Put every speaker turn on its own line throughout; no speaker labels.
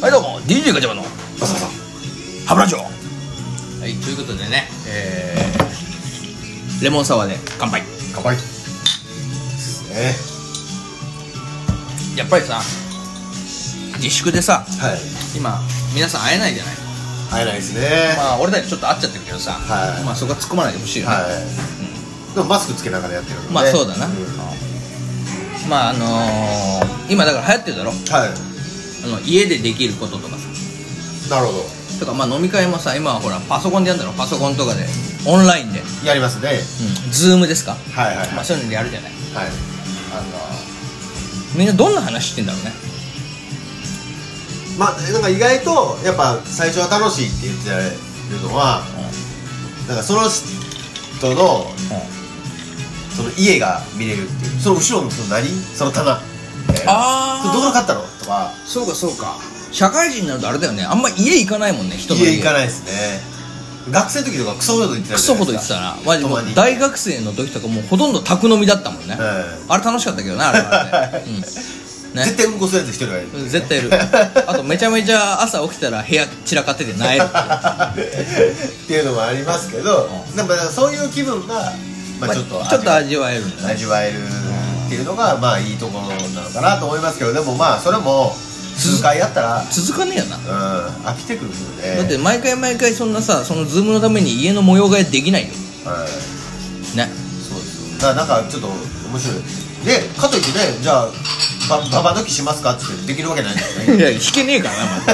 はいどうも DJ ガチャマンのバサバサハブラジオは
はい、ということでね、えー、レモンサワーで乾杯
乾杯
えやっぱりさ自粛でさ
はい
今皆さん会えないじゃない
会えないですね、
まあ俺たちちょっと会っちゃってるけどさ、
はい
まあそこは突っ込まないでほしいよね、
はいでもマスクつけながらやってるので
まあそうだなんまああのー、今だから流行ってるだろ
はい
あの家でできることとかさ
なるほど
とかまあ飲み会もさ今はほらパソコンでやるんだろパソコンとかでオンラインで、
やりますね
ズームですか、
はいはい
ま
は
あ、
い
そういうのでやるじゃない
はい
あのみんなどんな話してんだろうね
まあなんか意外とやっぱ最初は楽しいって言ってられるのはなんかその人のその家が見れるっていうその後ろのその何その棚みたいな
あ
それどこの買ったのとか
そうかそうか社会人になるとあれだよねあんま家行かないもんね人の
家行か
い
ないですね学生の時とかクソほど行ってた
ク
じゃ
ソ
な
ほ
い
ど
で
言っ
す
てた
か
なマジでも
泊ま
う
りに
大学生の時とかもうほとんど宅飲みだったもんね、
はい
あれ楽しかったけどなあれはね、うん、ね
絶対うんこするやつ一人がいる
絶対いるあとめちゃめちゃ朝起きたら部屋散らかってて萎える
っていうのもありますけど、
う
でもそういう気分が、 まあ、ちょっと
ちょっと味わえるんだね
味わえるっていうのがまあいいところなのかなと思いますけどでもまあそれも数回やったら、うん、
続かねえよな
飽きてくるので、
だって毎回毎回そんなさそのズームのために家の模様替えできないよ
はい
ね
そうですよだからなんかちょっと面白いでかといってねじゃあばババ抜きしますかって言ってできるわけない ですよね
いや引けねえからなま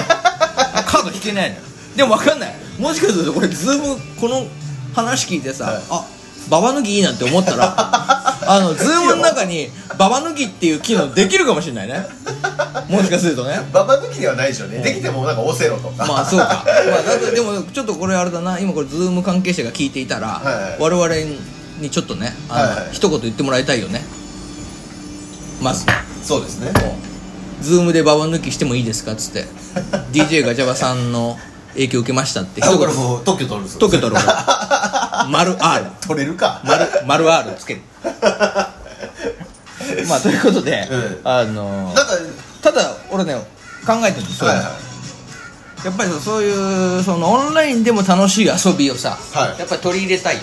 だカード引けないのよでも分かんないもしかするとこれズームこの話聞いてさ、
はい
あババ抜きいいなって思ったら あのズームの中にババ抜きっていう機能できるかもしれないねもしかするとね
ババ抜きではないでしょうねできてもなんかオセロとか
まあそうか、まあ、だってでもちょっとこれあれだな今これズーム関係者が聞いていたら、
はい
我々にちょっとねあの、
はい
一言言ってもらいたいよねまず
そうですね
ズームでババ抜きしてもいいですかっつって DJ ガチャバさんの影響受けましたって一
だから
言
もう特許取るんですよ
溶けとる丸 R
取れるか
丸丸 R つけるまあということで、
う
あの
なんか、
ただ俺ね考えてるんですよ、
はいはい
やっぱりさそういうそのオンラインでも楽しい遊びをさ、
はい
やっぱり取り入れたいよ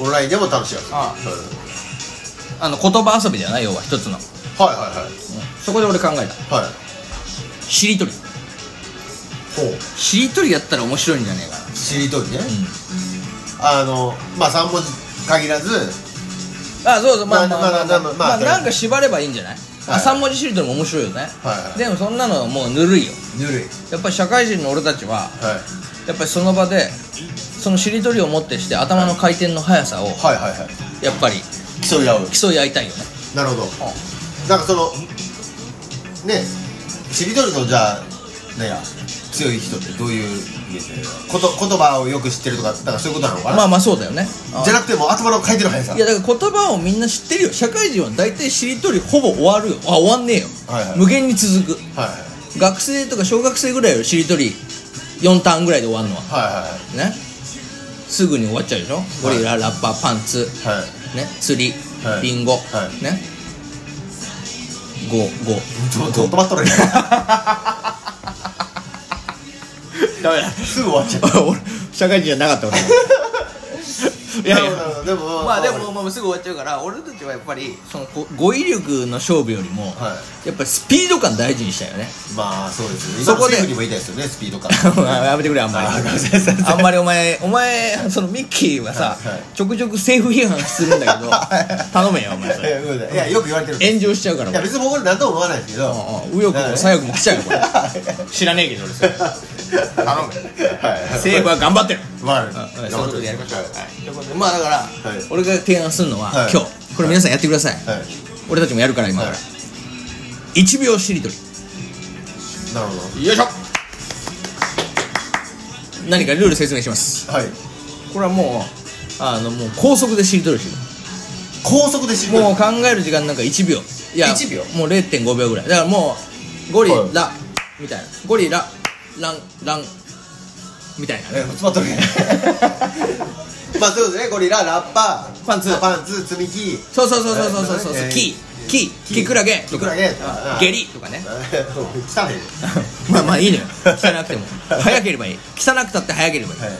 オンラインでも楽しいやつ
ああ
うん
あの言葉遊びじゃない要は一つの、
はいはい
そこで俺考えた
はいはい
しりとり
ほう
しりとりやったら面白いんじゃねえかな
しりとりね、あのまあ3文字限らず
あそうそうまあま
ま
あ
あ
まあまあ、まあ
まあまあまあまあ
なんか縛ればいいんじゃない、あ
はい
三文字しりとりも面白いよね、
はい
でもそんなのはもうぬるいよ
ぬるい
やっぱり社会人の俺たちは
はい
やっぱりその場でそのしりとりをもってして頭の回転の速さを
はいはいはい
やっぱり
競い合う
競い合いたいよね
なるほどなんかそのねしりとりのじゃあなんや強い人ってどういうイメージだよこと言葉をよく知ってるとかだからそういうことなのかな、
まあまあそうだよね
じゃなくてもう頭の回転の速さ
いやだから言葉をみんな知ってるよ社会人は大体しりとりほぼ終わるよあ終わんねえよ、
はいはい
無限に続く
はいはい
学生とか小学生ぐらいよしりとり4ターンぐらいで終わるのは
は
ねすぐに終わっちゃうでしょゴリララッパーパンツ
いはいはい
ね釣り
はい
リンゴ
はい
ねゴゴ
ちょっと止まっとるね
ダメだ
すぐ終わっちゃう
俺社会人じゃなかった俺 いやいや
なるほどでも
まあでもまあすぐ終わっちゃうから俺たちはやっぱりそのこ語彙力の勝負よりも、
は
やっぱりスピード感大事にしたいよね
いまあそうですね
そこで
今の政府にも言いたいですよねスピード感
やめてくれあんまり
あごめんなさいすいません
あんまりお前お前そのミッキーはさ、
はいはい
ちょくちょく政府批判するんだけど頼めよお前そ
いや
れ
ごめんなさいいやよく言われてるんです
炎上しちゃうから
いや別に僕何とも思わないですけど
お前うんうん右翼も左翼も来ちゃうよこれ
はい
知らねえけど俺それ頼む
はい
政府は頑張ってる
まあ
そうい
頑
うこ
張っ
と
て
でやりましょう、
は
はいいということでまあだから、
はい
俺が提案するのは、
はい
今日これ皆さんやってください、
はい
俺たちもやるから今から、1秒しりとり
なるほど
よいしょ何かルール説明します
はい
これはもうあのもう高速でしりとりして
高速でし
るもう考える時間なんか1秒いや
1秒
もう0.5秒ぐらいだからもうゴリラ、
はい
みたいなゴリラランランみたいなね
え詰まっとるね まあそうですねゴリララッパー
パンツ
パンツ積み木
そうそうそうそうそうそうそう、
えー
キーキキクラゲと
キク
か
ラゲとか
ゲリとか ね
汚いね
まあまあいいのよ汚く ても早ければいい汚くたって早ければいい、
はい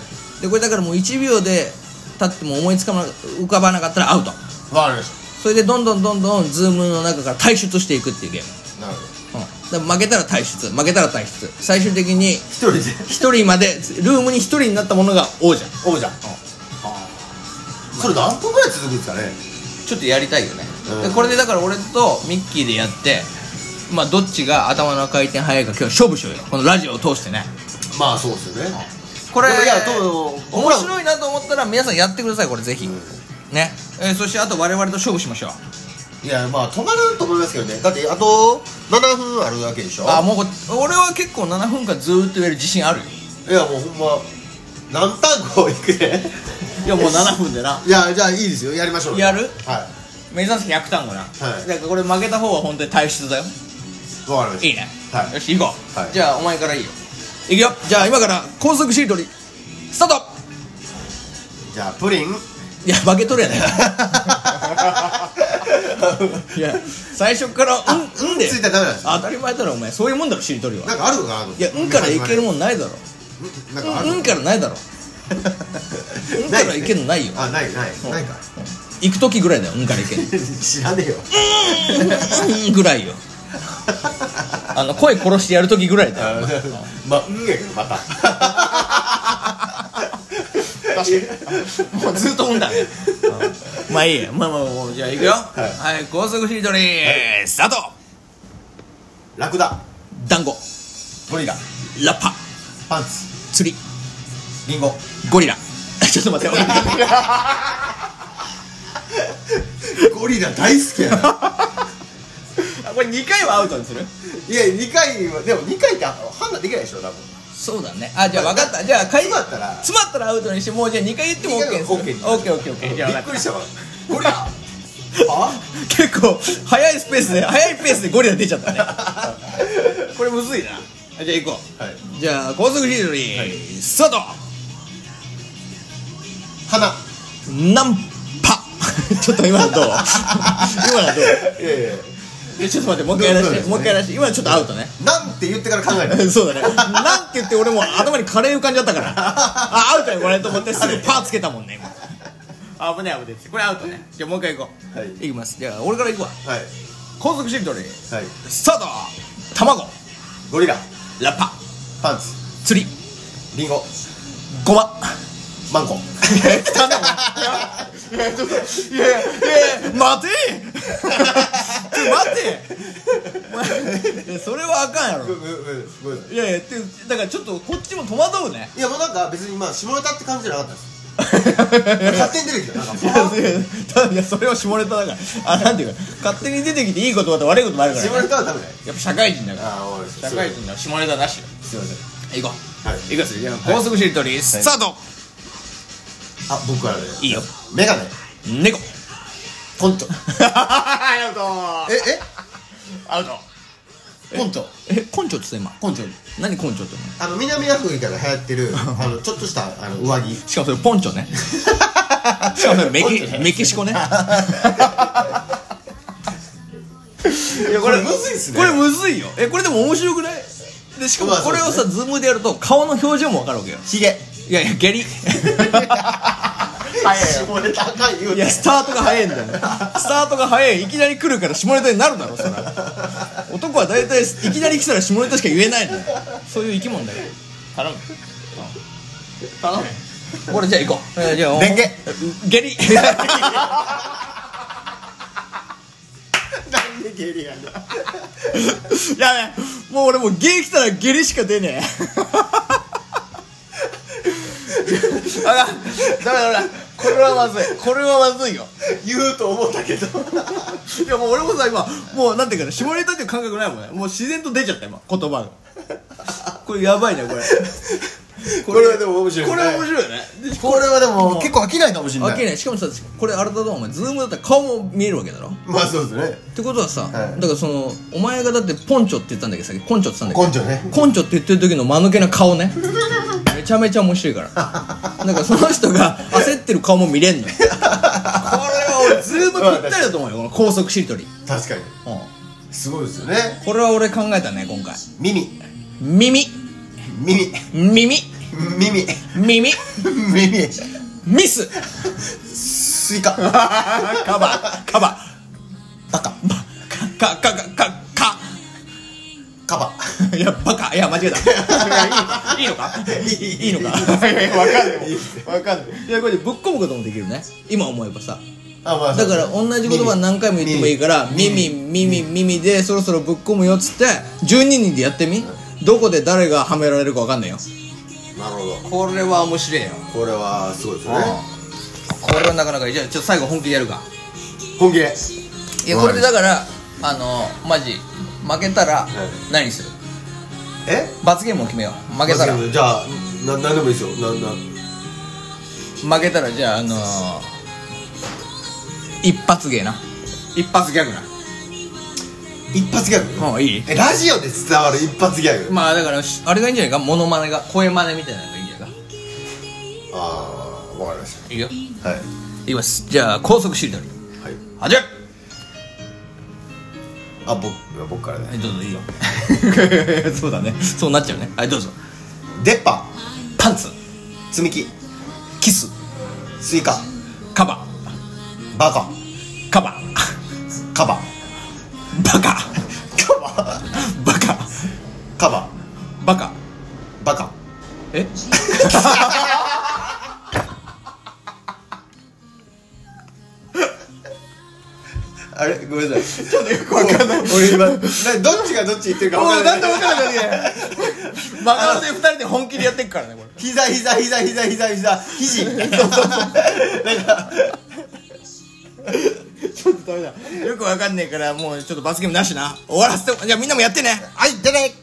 でこれだからもう1秒で経っても思いつかまな浮かばなかったらアウト
わかりまし
それでどんどんどんどんズームの中から退出していくっていうゲーム、
たなるほど
うん、だから負けたら退出負けたら退出最終的に
一人で
1人までルームに1人になったものが王者
王者それ何分ぐらい続くんですかね
ちょっとやりたいよね、
うん
でこれでだから俺とミッキーでやってまあどっちが頭の回転早いか今日勝負しようよこのラジオを通してね
まあそうですよね
これ
でもいやどう
面白いなと思ったら皆さんやってくださいこれぜひ、
うん
ね、えーそしてあと我々と勝負しましょう
いやまあ止まると思いますけどねだってあと7分あるわけでしょ
あもうこ俺は結構7分間ずーっとやる自信あるよ
いやもうほんま何単語いくね
いやもう7分でない
やじゃあいいですよやりましょうよ
やる
は
目指す100単語な、
はい
だからこれ負けた方は本当に退出だよ
いわかりました
いいね、
はい
よし行こう、
はい
じゃあお前からいいよいくよじゃあ今から高速しりとりスタート
じゃあプリン
いや負けとるや ない いや最初から「うん」うんで
ついたらダメなんですよ
当たり前だろお前そういうもんだろしりとりは
なんかあるのかない
や「うん」からいける
ん
もんないだろ
なん
う
かあ
ん
る
うんからないだろうんからいけんのないよ
あないないないか
行く時ぐらいだよ「うん」からいけ る
知らね えよ
うんぐらいよあの声殺してやる時ぐらいだよ
まあ、うんやけど、また。 確か
もうずっとうんだねまあいいやまあまあまあじゃあ行くよはいい、高速しりとり、スタート
ラクダ、
団子
鳥が、
ラッパ
パンツ、
釣り
リ ンゴ。
ゴリラちょっと 待って俺
ゴリラ大好きやな。
これ2回はアウトにする
いや、2回は、でも2回って判断できないでしょ、多分。
そうだねあじゃあ分かったじゃあ会
今
話
だったら、
詰まったらアウトにしてもうじゃあ2回言っても OK です
二回は OK に
オッケーオッケーオッケー
び
じゃあ分か
っ
った
くりしたわ。ゴリラあ
結構早いスペースで早いペースでゴリラ出ちゃったね これむずいなじゃあ行こ
はい。
うじゃあ高速ヒーロリー、
はい
スタート
花。
ナンパ ちょっと今の どう 今のどう
いやいや
えちょっと待ってもう一回やらして、
どうどうですね
もう一回やらして今のちょっとアウトね
なんて言ってから考えた。
そうだねなんて言って俺もう頭にカレー浮かんじゃったからあアウトやこれと思ってすぐパーつけたもんね今危ねえ危ねえこれアウトねじゃあもう一回行こう、
はい
行きますじゃあ俺から行くわ
はい。
高速しりとり
はい。
スタート卵
ゴリラ、
ラッパ
パンツ、
釣り
リンゴ、
ごま
マンコ。
来たねいやいやちょっといやいやいやいや待てちょ待てお前いやそれはあかんやろ
ごめんごめんごめん
いやいやってだからちょっとこっちも戸惑うね
いや、もうなんか別にまあ、下ネタって感じじゃなかったです。
いや
勝手に出てきた。なんか、
いやそれは下ネタだからあなんていうか勝手に出てきていいこともあって悪いこともあ るから、ね、
下ネタはダメだよ。
やっぱ社会人だから
ああ、終わりました。
社会人だ下ネタなしよ
すいません。
行こ
はい。
う行こうじゃあ高速しりとりスタート、
あ、僕はね、
い、いよ
メガネ、
猫
ポンチョ。
アウト
え、
アウト
え、ポンチョ。
え根性って言った今
ポンチョ。
何根性って言っ
あの、南アフリカで流行ってる、あの、ちょっとした、あの、上着。
たしかもそれポンチ ョねしかもそれメキメキシコねいや
これむずいっすね
これむずいよえこれでも面白くないでしかも
まあ
これを
そ
さ、ズームでやると顔の表情もわかるわけよ
ヒゲ。
いやいや 下痢
下ネタあかん言う
いやスタートが早いんだよねスタートが早いいきなり来るから下ネタになるだろそら男は大体いきなり来たら下ネタしか言えないんだよそういう生き物だよ頼む頼むこれじゃあ行こう、えーじゃあ
レンゲ
下 痢
なんでゲリやね
やべもう俺もうゲイ来たらゲリしか出ねえ あダメダメダメこれはまずいこれはまずいよ
言うと思ったけど。
いやもう俺もさ今もうなんていうかね下ネタっていう感覚ないもんねもう自然と出ちゃった今言葉がこれやばいねこれ
これはでも面白いね
これ面白いよねで
これはでも、結構飽きないかもしれ
あ
な
っけ
い。
ないしかもさこれあれだとお前ズームだったら顔も見えるわけだろっ
まあ、そうですね。
てことはさ、
はい
だからそのお前がだってポンチョって言ったんだけどさっきポンチョって言ったんだけど
根性ね。
コンチョって言ってる時の間抜けな顔ねめちゃめちゃ面白いからなんかその人が焦ってる顔も見れんのよこれはズームぴったりだと思うよこの高速しりとり、
確かに
うん、
すごいですよね
これは俺考えたね今回
耳
耳
耳
耳
耳
耳
耳
ミス
スイカ
カバカババカバカカカカカ
カバ
いやバカいや間違えたいいいいのかいいのかいやいやわかんない
わかんない
いやこれぶっ込むこともできるね今思えばさ
あまあ
だから同じ言葉何回も言ってもいいから「耳耳耳」でそろそろぶっ込むよっつって12人でやってみどこで誰がはめられるかわかんないよ
なるほど
これは面白いよ
これはすごいですよね
これはなかなかいいじゃあちょっと最後本気でやるか
本気で
いやこれでだからあのマジ負けたら何する
え
罰ゲームを決めよう負けたら負
じゃあな何でもいいですよなな
けたらじゃああの一発芸な一発ギャグな
一発ギャグ
もういい
えラジオで伝わる一発ギャグ
まあだからしあれがいいんじゃないかモノマネが声マネみたいなのがいいんじゃないか
ああわかりまし
いいよ
たはい
いきますじゃあ高速しりとり
はい
始め
あ僕僕から
は
ね
いどうぞいいよ そうだねそうなっちゃうねはいどうぞ
出っ歯
パンツ
積み木
キス
スイカ
カバ
バカ
カバ
カバ
バカ
カバ
バカ
カバ
バカ
バカ
え
あれごめんなさいちょっとよくわかんない俺今などっちがどっち言ってるかわかんない
もうなんでわかんない 真顔で二人で本気でやってっからねこれ
膝膝膝膝膝膝 肘なんか
よくわかんねえからもうちょっと罰ゲームなしな終わらせてじゃあみんなもやってねはい出ない